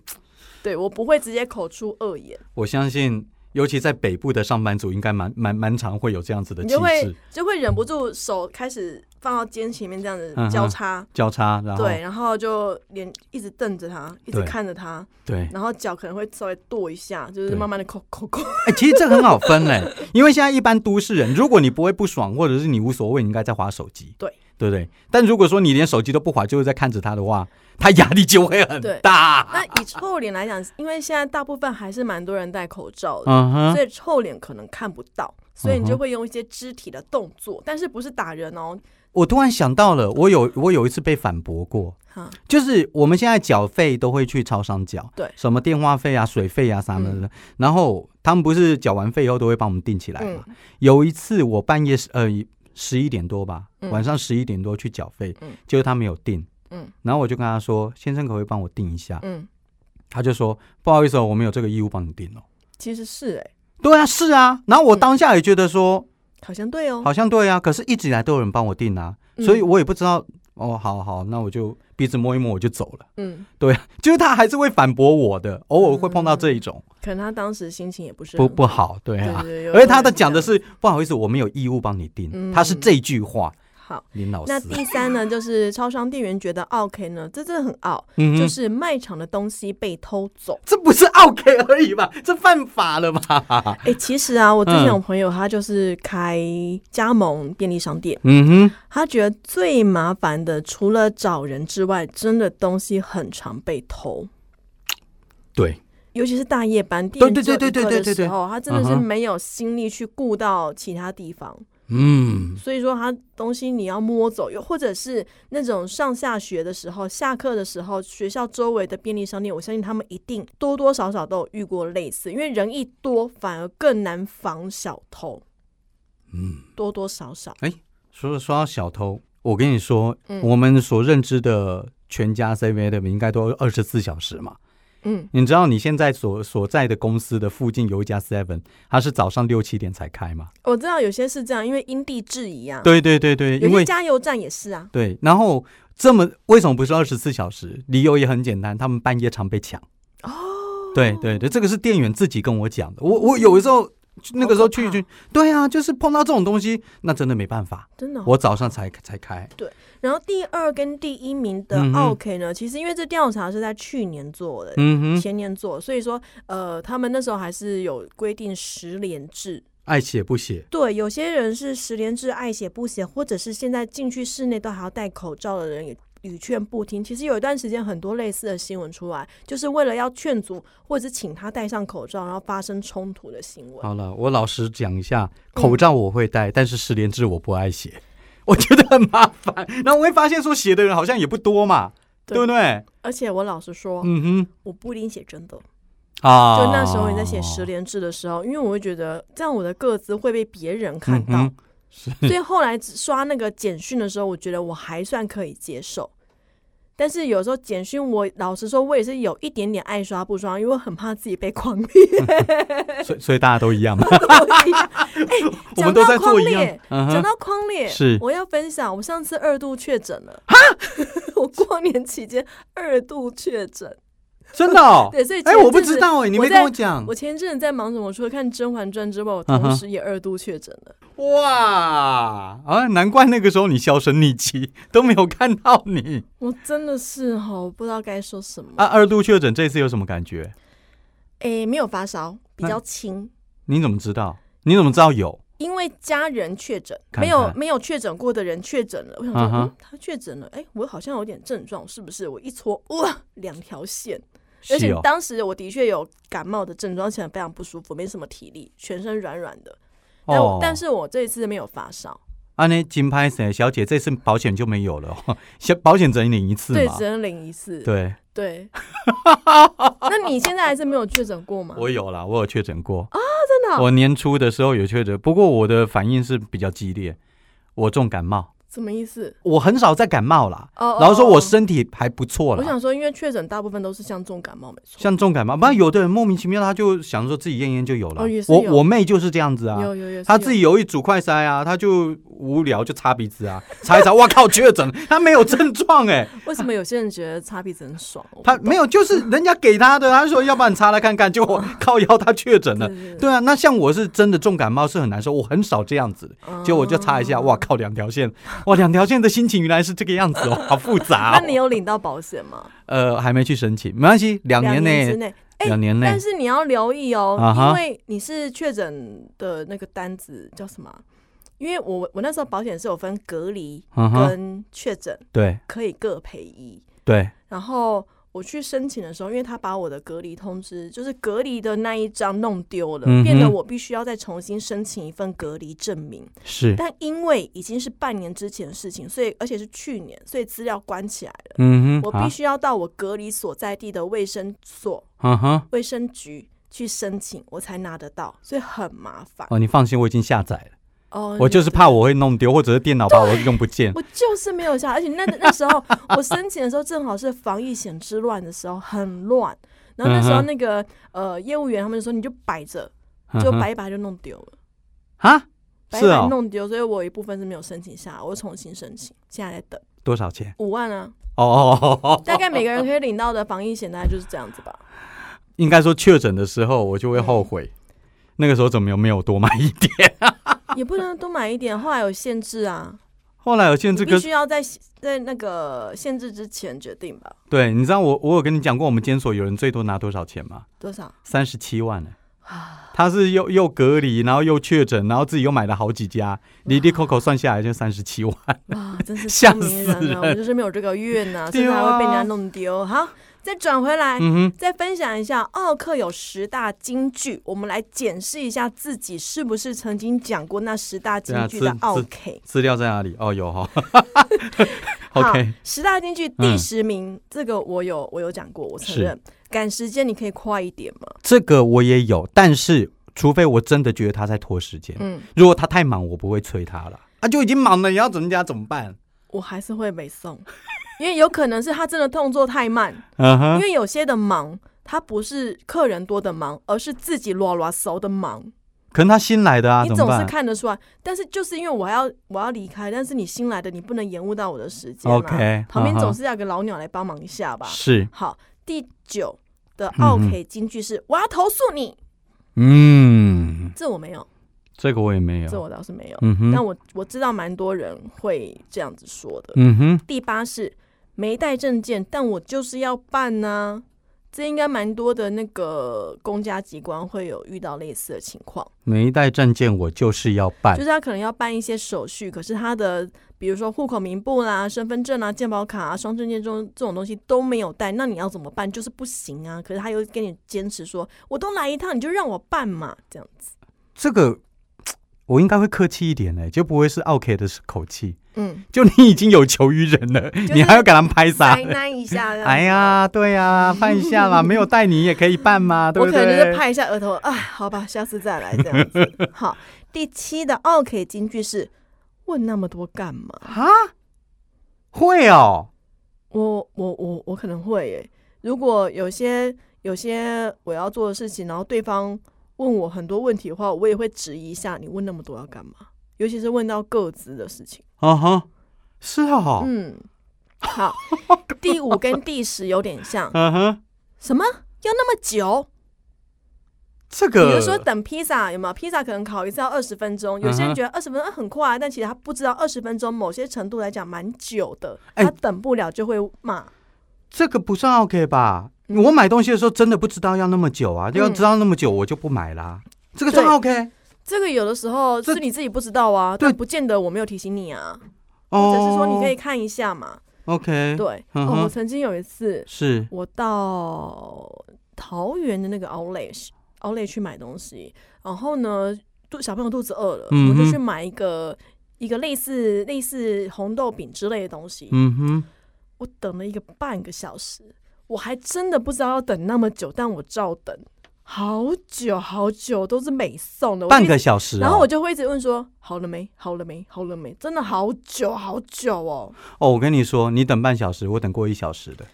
B: 对我不会直接口出恶言。
A: 我相信，尤其在北部的上班族，应该蛮蛮蛮常会有这样子的
B: 你
A: 气
B: 就会
A: 质
B: 就会忍不住手开始放到肩前面这样子
A: 嗯哼
B: 交叉，
A: 交叉，然后
B: 对，然后就脸一直瞪着他，一直
A: 对
B: 看着他，
A: 对
B: 然后脚可能会稍微跺一下，就是
A: 对
B: 慢慢的抠抠抠。
A: 哎、其实这很好分嘞，因为现在一般都市人，如果你不会不爽，或者是你无所谓，你应该在划手机，
B: 对
A: 对不对？但如果说你连手机都不划，就是在看着他的话，他压力就会很
B: 对
A: 大。
B: 那以臭脸来讲，因为现在大部分还是蛮多人戴口罩的，
A: 嗯哼，
B: 所以臭脸可能看不到，所以
A: 嗯
B: 你
A: 哼
B: 就会用一些肢体的动作，但是不是打人哦，
A: 我突然想到了，我有我有一次被反驳过，
B: 哈，
A: 就是我们现在缴费都会去超商缴，
B: 对嗯
A: 什么电话费啊、水费啊啥的，然后他们不是缴完费以后都会帮我们定起来
B: 嗯
A: 嘛？有一次我半夜十呃十一点多吧，
B: 嗯
A: 晚上十一点多去缴费，
B: 嗯
A: 结果他没有定，
B: 嗯
A: 然后我就跟他说：“先生，可不可以帮我定一下？”
B: 嗯，
A: 他就说：“不好意思、哦，我没有这个义务帮你定哦。
B: 其实是哎、”
A: 对啊，是啊。然后我当下也觉得说，
B: 好像对哦，
A: 好像对啊，可是一直以来都有人帮我定啊，
B: 嗯
A: 所以我也不知道。哦，好好，那我就鼻子摸一摸，我就走了。
B: 嗯，
A: 对啊，就是他还是会反驳我的，偶尔会碰到这一种，
B: 可能他当时心情也不是
A: 不
B: 很
A: 不好，对
B: 嗯对
A: 啊。
B: 对对，有
A: 而且
B: 可
A: 他的
B: 能
A: 讲的
B: 这样
A: 是不好意思，我没有义务帮你定，
B: 嗯
A: 他是这句话，
B: 好。
A: 林老师
B: 那，第三呢，就是超商店员觉得 OK 呢，这真的很傲，
A: 嗯
B: 就
A: 哼
B: 是卖场的东西被偷
A: <laughs>
B: 走。
A: 这不是 OK 而已吧？这犯法了吧？
B: 哎、其实啊，我之
A: 嗯
B: 前有朋友他就是开加盟便利商店，
A: <laughs> 嗯哼，
B: 他觉得最麻烦的除了找人之外，真的东西很常被偷。
A: 对，
B: 尤其是大夜班，
A: 对
B: 店
A: 对
B: 只有
A: 对
B: 一
A: 对
B: 个
A: 对
B: 的
A: 对对
B: 时候，他真的是
A: 嗯哼
B: 没有心力去顾到其他地方，
A: 嗯，
B: 所以说他东西你要摸走，又或者是那种上下学的时候、下课的时候，学校周围的便利商店，我相信他们一定多多少少都有遇过类似，因为人一多反而更难防小偷，
A: 嗯，
B: 多多少少，
A: 说说到小偷，我跟你说，
B: 嗯
A: 我们所认知的全家 CV 的应该都二十四小时嘛。
B: 嗯，
A: 你知道你现在所所在的公司的附近有一家 Seven，它是早上六七点才开吗？
B: 我知道有些是这样，因为因地制宜啊，
A: 对对对对，
B: 有
A: 因
B: 些
A: 为
B: 加油站也是啊，
A: 对，然后这么为什么不是二十四小时？理由也很简单，他们半夜常被抢。哦，对对对，这个是店员自己跟我讲的。我我有的时候那个时候去
B: 好可怕
A: 去，对啊，就是碰到这种东西，那真的没办法。
B: 真的哦、
A: 我早上才才开，
B: 然后第二跟第一名的
A: 嗯哼
B: OK 呢，其实因为这调查是在去年做的，
A: 嗯哼，
B: 前年做，所以说呃，他们那时候还是有规定十连制。
A: 爱写不写，
B: 对，有些人是十连制，爱写不写，或者是现在进去室内都还要戴口罩的人也。屡劝不听，其实有一段时间很多类似的新闻出来，就是为了要劝阻或者是请他戴上口罩，然后发生冲突的新闻。
A: 好了，我老实讲一下，
B: 嗯
A: 口罩我会戴，但是十连制我不爱写， <laughs> 我觉得很麻烦。然后我会发现说写的人好像也不多嘛，
B: 对
A: 对不对？
B: 而且我老实说，
A: 嗯
B: 我不一定写真的。哦
A: 哼，啊，
B: 就那时候你在写十连制的时候，因为我会觉得这样我的个子会被别人看到，
A: 嗯哼
B: 所以后来刷那个简讯的时候，我觉得我还算可以接受。但是有时候简讯我，老实说，我也是有一点点爱刷不刷，因为我很怕自己被框列。 <laughs>
A: 所以所以大家都一样嘛， <laughs> 我
B: 讲
A: 们都在
B: 到
A: 做
B: 框
A: 一样
B: 列，，
A: 嗯
B: 讲
A: 哼，
B: 到框列，
A: 是
B: 我要分享，我上次二度确诊了。 <laughs> 我过年期间二度确诊，
A: 真的哦。
B: 对，所以
A: 哎，
B: 前
A: 我不
B: 阵
A: 知
B: 子
A: 道哎，你没
B: 我
A: 跟
B: 在
A: 我讲
B: 我。前阵子在忙什么？除了看《甄嬛传》之外，我
A: 嗯哼
B: 同时也二度确诊了。
A: 哇啊，难怪那个时候你销声匿迹，都没有看到你
B: <laughs> 我真的是哈，我不知道该说什么。哎、
A: 啊。二度确诊这次有什么感觉？
B: 哎没有发烧，比较轻，
A: 你怎么知道？你怎么知道有？
B: 因为家人确诊，
A: 看看
B: 没有没有确诊过的人确诊了。我想说，
A: 嗯哼
B: 嗯，他确诊了，哎、我好像有点症状，是不是？我一搓， <laughs> 哇，两条线。而
A: 是
B: 且
A: 哦，
B: 当时我的确有感冒的症状，而且非常不舒服，没什么体力，全身软软的。但我、
A: 哦，
B: 但是我这一次没有发烧，
A: 啊，那金牌谁小姐这次保险就没有了 <laughs> 哦，小保险只能领一次
B: 对，
A: 嘛
B: 只。能领一次。
A: 对， <laughs>
B: 对，那你现在还是没有确诊过吗？
A: 我有啦，我有确诊过啊，
B: 真的哦
A: 我年初的时候有确诊，不过我的反应是比较激烈，我重感冒，
B: 什么意思？
A: 我很少在感冒啦。
B: 哦哦
A: 然后说
B: 哦
A: 我身体还不错
B: 我
A: 啦，
B: 想说，因为确诊大部分都是像重感冒，没错。
A: 像重感冒，不然有的人莫名其妙他就想说自己验验就有了。
B: 哦也是有
A: 我我妹就是这样子啊，
B: 有有有，
A: 她自己有一组快筛啊，她就无聊就擦鼻子啊，擦一擦，哇靠，确诊， <laughs> 她没有症状哎、
B: 是有为什么有些人觉得擦鼻子很爽？我不
A: 她
B: 懂
A: 没有，就是人家给她的，她说要不然擦来看看，结果 <laughs> 靠腰她确诊了。
B: 对对对
A: 对啊，那像我是真的重感冒是很难受，我很少这样子，结果我就擦一下，
B: 嗯
A: 哇靠，两条线，哇两条线的心情原来是这个样子哦，好复杂、
B: <laughs> 那
A: 哦。
B: 你有领到保险吗？
A: 呃还没去申请，没关系，两年
B: 年之
A: 内，
B: 内，
A: 两年内
B: 哎但，是你要留意哦
A: 啊，哈
B: 因为你是确诊的那个单子叫什么啊？因为我我那时候保险是有分隔离
A: 嗯哼，
B: 跟确诊，
A: 对
B: 可以各赔一。
A: 对，
B: 然后我去申请的时候，因为他把我的隔离通知，就是隔离的那一张弄丢了，
A: 嗯哼
B: 变得我必须要再重新申请一份隔离证明。
A: 是，
B: 但因为已经是半年之前的事情，所以而且是去年，所以资料关起来了。
A: 嗯
B: 我
A: 哼，
B: 必
A: 啊，
B: 须要到我隔离所在地的卫生所、
A: 嗯哼，
B: 卫生局去申请，我才拿得到，所以很麻烦。
A: 哦，你放心，我已经下载了。
B: 哦，
A: 我就是
B: 对
A: 怕我会弄丢，或者是电脑把我用不见。
B: 我就是没有下，而且那那时候我申请的时候正好是防疫险之乱的时候，很乱。然后那时候
A: 嗯哼
B: 那个、呃业务员他们就说你就摆着，
A: 嗯哼
B: 就摆一摆就弄丢了，
A: 啊？
B: 摆一
A: 是
B: 摆
A: 哦，
B: 弄丢，所以我有一部分是没有申请下来，我重新申请，现在在等
A: 多少钱？
B: 五
A: <laughs>
B: 万啊，
A: 哦哦哦哦哦，
B: 大概每个人可以领到的防疫险大概就是这样子
A: <laughs>
B: 吧。
A: 应该说确诊的时候我就会
B: 嗯
A: 后悔，那个时候怎么有没有多买一点？ <laughs>
B: 也不能多买一点，后来有限制啊。
A: 后来我现
B: 你
A: 在这个
B: 必须要在在那个限制之前决定吧？
A: 对，你知道我我有跟你讲过，我们监所有人最多拿多少钱吗？
B: 多少？
A: 三十七万呢、他是又又隔离，然后又确诊，然后自己又买了好几家，离离扣扣算下来就三十七万。
B: <laughs> 哇，真是
A: 吓
B: 聪明
A: 死
B: 人啊！我
A: 人
B: 就是没有这个运
A: <laughs>
B: 呐、甚
A: 对
B: 至还会被人家
A: 啊
B: 弄丢。好，再转回来，
A: 嗯哼，
B: 再分享一下奥克有十大金句，我们来检视一下自己是不是曾经讲过那十大金句
A: 对啊
B: 的
A: 自
B: 奥
A: 自
B: K。
A: 资料在哪里？哦，有哈、
B: <laughs> 好
A: OK，
B: 十大金句第
A: 嗯
B: 十名，这个我有我有讲过，我承
A: 是
B: 认。赶时间，你可以快一点吗？
A: 这个我也有，但是除非我真的觉得他在拖时间，
B: 嗯，
A: 如果他太忙，我不会催他了。啊，就已经忙了，你要怎么家怎么办？
B: 我还是会没送，因为有可能是他真的动作太慢，
A: 嗯
B: 因
A: 哼，
B: 为有些的忙，他不是客人多的忙，而是自己啰啰嗦的忙。
A: 可能他新来的啊，
B: 你
A: 怎么
B: 总是
A: 办
B: 看得出来，但是就是因为我要我要离开，但是你新来的你不能延误到我的时间嘛。
A: ？OK，
B: 旁
A: 嗯
B: 边
A: 哼
B: 总是要有个老鸟来帮忙一下吧。
A: 是，
B: 好，第九的
A: 嗯哼
B: OK 金句是、我要投诉你，
A: 嗯，
B: 这我没有，
A: 这个我也没
B: 这
A: 有，
B: 我倒是没有，
A: 嗯
B: 但
A: 哼，
B: 我我知道蛮多人会这样子说的。
A: 嗯哼，
B: 第八是没带证件，但我就是要办呢、这应该蛮多的那个公家机关会有遇到类似的情况。
A: 每一代战舰我就是要办
B: 就，是他可能要办一些手续，可是他的比如说户口名簿啦、身份证啊、健保卡啊、双证件这种这种东西都没有带，那你要怎么办？就是不行啊！可是他又跟你坚持说，我都来一趟，你就让我办嘛，这样子。
A: 这个我应该会客气一点呢、欸就不会是 OK 的口气。
B: 嗯，
A: 就你已经有求于人了，
B: 是
A: 你还要给他们拍啥
B: 灾？难一下。这样子
A: <laughs> 哎，呀，对呀、办一下嘛，没有带你也可以办嘛，对
B: <laughs> 我
A: 不
B: 可
A: 对？
B: 能就是拍一下额头，哎，好吧，下次再来这样子。好，第七的 OK 金句是问那么多干嘛？
A: 啊，会哦，
B: 我我我我可能会耶。如果有些有些我要做的事情，然后对方问我很多问题的话，我也会质疑一下，你问那么多要干嘛？尤其是问到个资的事情。
A: 啊哈，是哦，嗯
B: 嗯，
A: <laughs>
B: 好，第五跟第十有点像，
A: 哼，
B: 什么要那么久？
A: 这
B: 比
A: 个
B: 如说等披萨有没有？披萨可能烤一次要二十分钟，有
A: 嗯
B: 些人
A: 哼
B: 觉得二十分钟啊很快，但其实他不知道二十分钟某些程度来讲蛮久的，
A: 哎
B: 他等不了就会骂。
A: 这个不算 OK 吧？
B: 嗯
A: 我买东西的时候真的不知道要那么久啊，要
B: 嗯
A: 知道那么久我就不买啦。这个算
B: 对
A: OK
B: 这个有的时候
A: 这
B: 是你自己不知道啊，
A: 对
B: 但不见得我没有提醒你啊，
A: 哦，
B: 或者是说你可以看一下嘛。
A: OK，
B: 对，
A: 嗯
B: 哦，
A: 哼
B: 我曾经有一次，
A: 是
B: 我到桃园的那个 Outlet Outlet 去买东西，然后呢，肚小朋友肚子饿了，
A: 嗯
B: 我就
A: 哼
B: 去买一个一个类似类似红豆饼之类的东西，
A: 嗯哼，
B: 我等了一个半个小时，我还真的不知道要等那么久，但我照等，好久好久都是美送的，我就
A: 半
B: 一直
A: 个小时哦、
B: 然后我就会一直问说：“好了没？好了没？好了没？”真的好久好久哦！
A: 哦，我跟你说，你等半小时，我等过一小时的。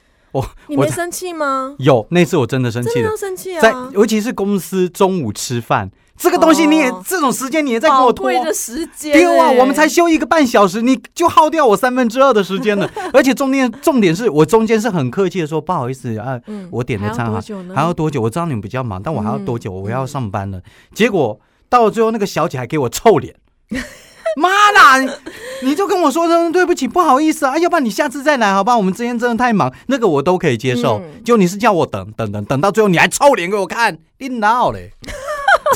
B: 你
A: 我
B: 没生气吗？
A: 有那次我真的生气
B: 真的
A: 了，
B: 要生气
A: 在
B: 啊！
A: 尤其是公司中午吃饭这个东西，你也、
B: 哦
A: 这种时间你也在给
B: 宝
A: 我拖。
B: 贵的时间、
A: 丢啊！
B: 欸
A: 我们才休一个半小时，你就耗掉我三分之二的时
B: <laughs>
A: 间了。而且重点重点是我中间是很客气的说，不好意思啊，
B: 嗯
A: 我点的餐
B: 还要
A: 哈
B: 多久呢？
A: 还
B: <laughs>
A: 要多久？我知道你们比较忙，但我还要多久？
B: 嗯
A: 我要上班了。结果到了最后，那个小姐还给我臭
B: <laughs>
A: 脸，妈啦！你你就跟我说声对不起，不好意思啊，要不然你下次再来好吧？我们之间真的太忙，那个我都可以接受。
B: 嗯
A: 就你是叫我等等等等到最后，你还臭脸给我看，你闹嘞！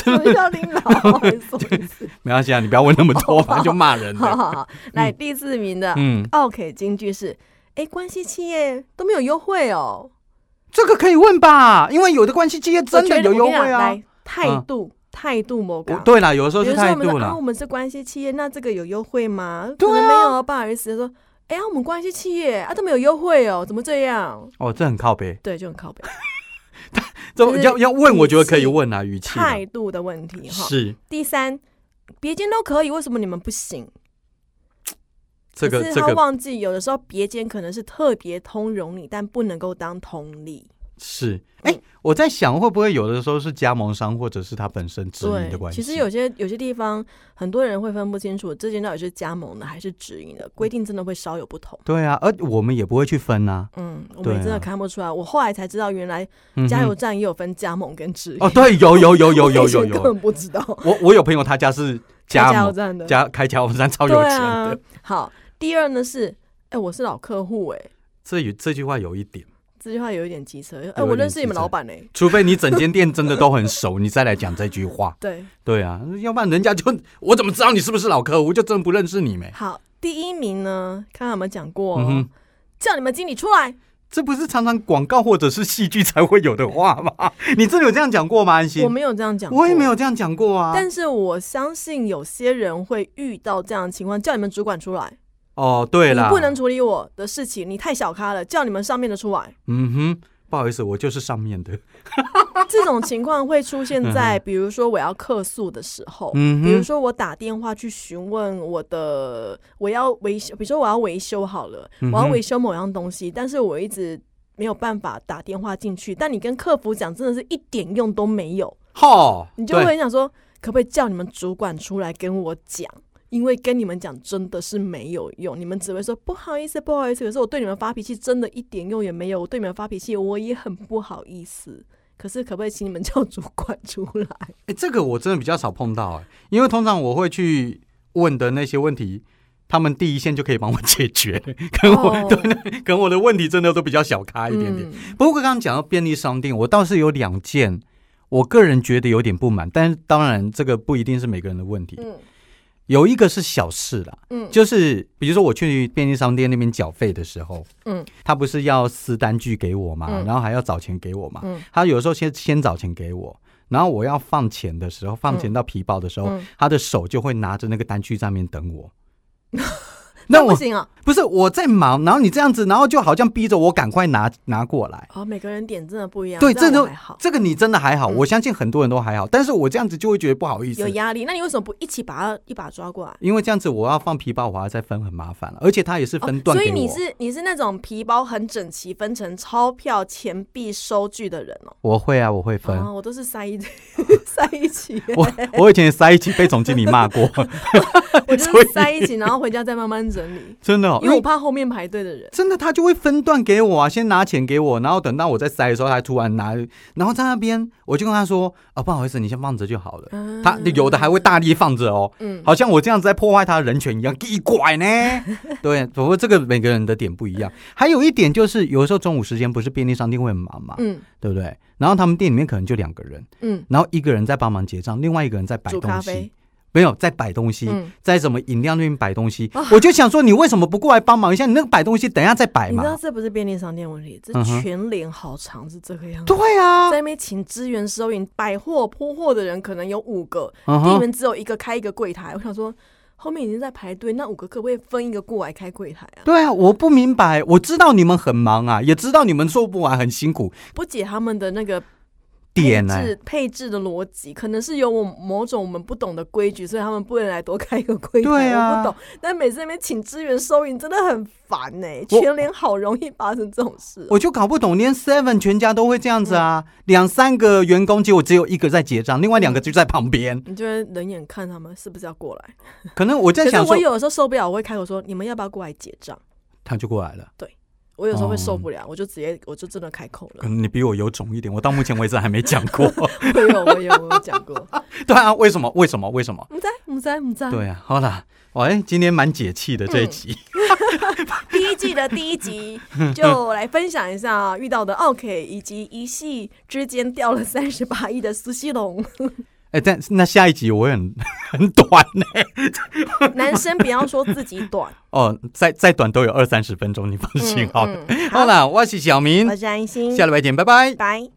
B: 什么叫领导？不好意思不好
A: <laughs>
B: 意思
A: 没关系啊，你不要问那么
B: <laughs>
A: 多，反正就骂人
B: 好
A: 了。
B: 好好，来第四名的
A: 嗯，
B: OK 金句是：哎、关系企业都没有优惠哦，
A: 这个可以问吧？因为有的关系企业真的
B: 我觉
A: 有
B: 得
A: 优
B: 哦我跟你
A: 惠
B: 讲
A: 啊。嗯
B: 来，态度态度某
A: 我
B: 个。
A: 对啦，有的时候
B: 比
A: 是
B: 如说
A: 态
B: 我们
A: 度
B: 说啊，
A: 啦
B: 我。们是关系企业，那这个有优惠吗？
A: 对
B: 可
A: 啊
B: 能没有啊，不好意思说，哎呀，我们关系企业啊都没有优惠哦，怎么这样？
A: 哦，这很靠背，
B: 对，就很靠背，
A: 这
B: 就是
A: 要要问，我觉得可
B: 语
A: 以
B: 气
A: 问啊，语气啦
B: 态度的问题哈。
A: 是。
B: 第三，别间都可以，为什么你们不行？
A: 这个
B: 可是
A: 这
B: 他
A: 个
B: 忘记，有的时候别间可能是特别通融你，但不能够当同理。
A: 是，哎、
B: 嗯
A: 我在想会不会有的时候是加盟商或者是他本身直营
B: 对
A: 的，关系？
B: 其实有些有些地方，很多人会分不清楚这间到底是加盟的还是直营的，规定真的会稍有不同。
A: 对啊，而我们也不会去分啊。
B: 嗯，我
A: 对
B: 们也真的
A: 啊
B: 看不出来。我后来才知道，原来
A: 嗯
B: 加油
A: 哼，
B: 站也有分加盟跟直营。
A: 哦，对，有有有有
B: 我 <laughs>
A: 有
B: 以前
A: 有
B: 根
A: <laughs> 有，
B: 本不知道
A: 我我有朋友他家是
B: 开
A: 加
B: 加油
A: 盟
B: 站的。
A: 加开加油站超有
B: 对
A: 钱
B: 啊
A: 的，，
B: 好，第二呢是，哎、我是老客户哎、
A: 这有这句话有一点，
B: 这句话有一点机车，哎、
A: 有一
B: 我
A: 点
B: 认识你们
A: 机车
B: 老板哎、
A: 除非你整间店真的都很熟，你再来讲这句话。
B: 对，
A: 对啊，要不然人家就我怎么知道你是不是老客户？就真不认识你没？
B: 好，第一名呢，看看有没有讲过、哦，
A: 哎嗯哼，
B: 叫你们经理出来，
A: 这不是常常广告或者是戏剧才会有的话吗？ <laughs> 你真的有这样讲过吗？安心
B: 我，没有这样讲，
A: 我也没。有这样讲过啊。
B: 但是我相信有些人会遇到这样的情况，叫你们主管出来，
A: 哦，对
B: 你
A: 啦，
B: 不能处理我的事情，你太小咖了，叫你们上面的出来。
A: 嗯哼，不好意思，我就是上面的。
B: 这种情况会出现
A: <laughs>
B: 在，比如说我要客诉的时候，
A: 嗯
B: 比如
A: 哼，
B: 说我打电话去询问我的，我要维修，比如说我要维修好了，
A: 嗯哼
B: 我要维修某样东西，但是我一直没有办法打电话进去，但你跟客服讲，真的是一点用都没有，
A: 吼，
B: 你就会很想说，可不可以叫你们主管出来跟我讲？因为跟你们讲真的是没有用，你们只会说不好意思，不好意思。可是我对你们发脾气真的一点用也没有，我对你们发脾气我也很不好意思。可是可不可以请你们叫主管出
A: <laughs>
B: 来？
A: 哎、这个我真的比较少碰到哎、因为通常我会去问的那些问题，他们第一线就可以帮我解决， <laughs> 跟我、
B: 哦
A: 跟我的问题真的都比较小咖一点点。
B: 嗯
A: 不过刚刚讲到便利商店，我倒是有两件，我个人觉得有点不满，但是当然这个不一定是每个人的问题，
B: 嗯
A: 有一个是小事啦，
B: 嗯
A: 就是比如说我去便利商店那边缴费的时候，
B: 嗯，
A: 他不是要撕单据给我嘛，
B: 嗯
A: 然后还要找钱给我嘛，
B: 嗯
A: 他有时候先先找钱给我，然后我要放钱的时候，放钱到皮包的时候，
B: 嗯
A: 他的手就会拿着那个单据在那边等
B: <laughs>
A: 我。
B: 那
A: 那
B: 不
A: 我
B: 行啊！
A: 不是我在忙，然后你这样子，然后就好像逼着我赶快拿拿过来。
B: 哦，每个人点真的不一样，
A: 对，
B: 这
A: 这
B: 样我
A: 都
B: 还好，
A: 这个你真的还好，
B: 嗯
A: 我相信很多人都还好，但是我这样子就会觉得不好意思
B: 有，压力。那你为什么不一起把他一把抓过来？
A: 因为这样子我要放皮包，我还要再分很麻烦了，而且他也是分段
B: 哦所
A: 给
B: 以
A: 我。
B: 你是你是那种皮包很整齐，分成钞票、钱币、收据的人哦。
A: 我会啊，我会分。
B: 啊，我都是塞一 <laughs> 塞一起，
A: 我 <laughs> 我以前塞一起被总经理骂过，
B: 我就是塞一起，然后回家再慢慢整理，
A: 真的、哦，
B: 因为我怕后面排队的人。
A: 真的，他就会分段给我啊，先拿钱给我，然后等到我在塞的时候，他突然拿，然后在那边我就跟他说啊，不好意思，你先放着就好了。
B: 嗯
A: 他有的还会大力放着哦，
B: 嗯
A: 好像我这样子在破坏他的人权一样，一拐
B: <laughs>
A: 呢。对，不过这个每个人的点不一样。还有一点就是，有的时候中午时间不是便利商店会很忙嘛，
B: 嗯
A: 对不对？然后他们店里面可能就两个人，
B: 嗯，
A: 然后一个人在帮忙结账，另外一个人在摆
B: 煮
A: 东
B: 咖
A: 西
B: 啡，，
A: 没有在摆东西，
B: 嗯，哦
A: 在什么饮料那边摆东西，我就想说你为什么不过来帮忙一下？你那个摆东西等一下再摆
B: 你知道
A: 嘛。
B: 这不是便利商店问题，这
A: 嗯哼
B: 全脸好长是这个样子。
A: 对啊，
B: 在那边请支援收银，百货铺货的人可能有五个，
A: 嗯
B: 店
A: 哼，
B: 员只有一个开一个柜台。我想说，后面已经在排队，那五个可不可以分一个过来开柜台啊？
A: 对啊，我不明白，我知道你们很忙啊，也知道你们做不完，很辛苦。
B: 不解他们的那个配
A: 点啊呢、
B: 置配置的逻辑，可能是有我某种我们不懂的规矩，所以他们不能来多开一个柜台。
A: 对啊
B: 我不懂。但每次那边请支援收银真的很烦呢、
A: 我
B: 全联好容易发生这种事哦、
A: 我就搞不懂，连 Seven 全家都会这样子啊，
B: 嗯
A: 两三个员工，结果只有一个在结账，另外两个就在旁边。
B: 你就会冷眼看他们是不是要过来？
A: 可能我在
B: 可是
A: 想说
B: 我，有的时候受不了，我会开口说：“你们要不要过来结账？”
A: 他就过来了。
B: 我有时候会受不了，我就直接我就真的开口
A: 可
B: 了。 <laughs>
A: 能你比我有种一点，我到目前为止还没讲过。
B: 我有我有我有讲过， <laughs>
A: 对啊，为什么？为什么？为什么？
B: 唔知唔知唔知。
A: 对啊，好啦，喂，今天蛮解气的这一集。
B: 第一季的第一集就来分享一下遇到的奥 K 以及一系之间掉了三十八亿的苏西龙。
A: 哎、但是那下一集我会很很短呢、
B: 男生不要说自己短。
A: 哦，再再短都有二三十分钟，你放心好了。
B: 嗯
A: 好了，我是小明
B: 我，是安心
A: 下，礼拜见，拜拜。
B: 拜。